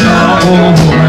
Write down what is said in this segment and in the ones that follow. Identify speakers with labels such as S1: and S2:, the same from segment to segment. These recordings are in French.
S1: Hallelujah.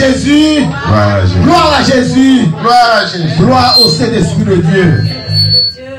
S2: Gloire à Jésus.
S3: Gloire à Jésus.
S2: Gloire au Saint-Esprit de Dieu.